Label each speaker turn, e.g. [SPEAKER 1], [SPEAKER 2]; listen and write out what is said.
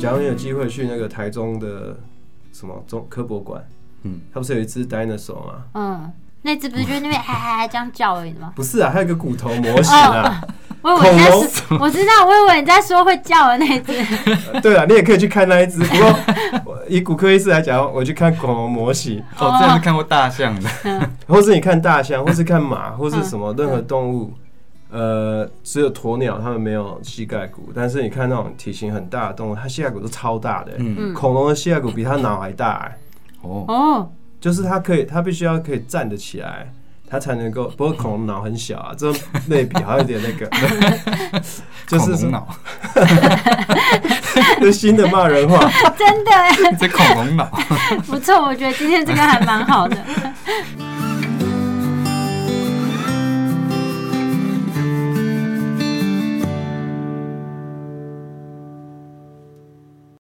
[SPEAKER 1] 假如你有机会去那个台中的什么中科博馆，嗯，它不是有一只 dinosaur 吗？
[SPEAKER 2] 嗯，那只不是就在那边哎哎哎这样叫而已 的吗？
[SPEAKER 1] 不是啊，还有一个骨头模型啊。
[SPEAKER 2] 我以为你
[SPEAKER 1] 恐龙
[SPEAKER 2] 在说，我知道，我以为你在说会叫的那只。
[SPEAKER 1] 对啊，你也可以去看那一只。不过我以骨科医师来讲，我去看恐龙模型，
[SPEAKER 2] 哦
[SPEAKER 3] 哦，之前是看过大象的，
[SPEAKER 1] 或是你看大象，或是看马，或是什么任何动物，呃，只有鸵鸟它们没有膝盖骨，但是你看那种体型很大的动物，它膝盖骨都超大的、欸
[SPEAKER 3] 嗯
[SPEAKER 2] 嗯
[SPEAKER 1] 恐龙的膝盖骨比它脑还大、欸，
[SPEAKER 3] 哦，
[SPEAKER 2] 哦，
[SPEAKER 1] 就是它可以，它必须要可以站得起来。它才能够，不过恐龙脑很小啊，这类比好像有点那个， 就是
[SPEAKER 3] 恐龙
[SPEAKER 1] 说
[SPEAKER 3] 脑，
[SPEAKER 1] 这新的骂人话。
[SPEAKER 2] 真的耶欸
[SPEAKER 3] 这恐龙脑，
[SPEAKER 2] 不错，我觉得今天这个还蛮好的。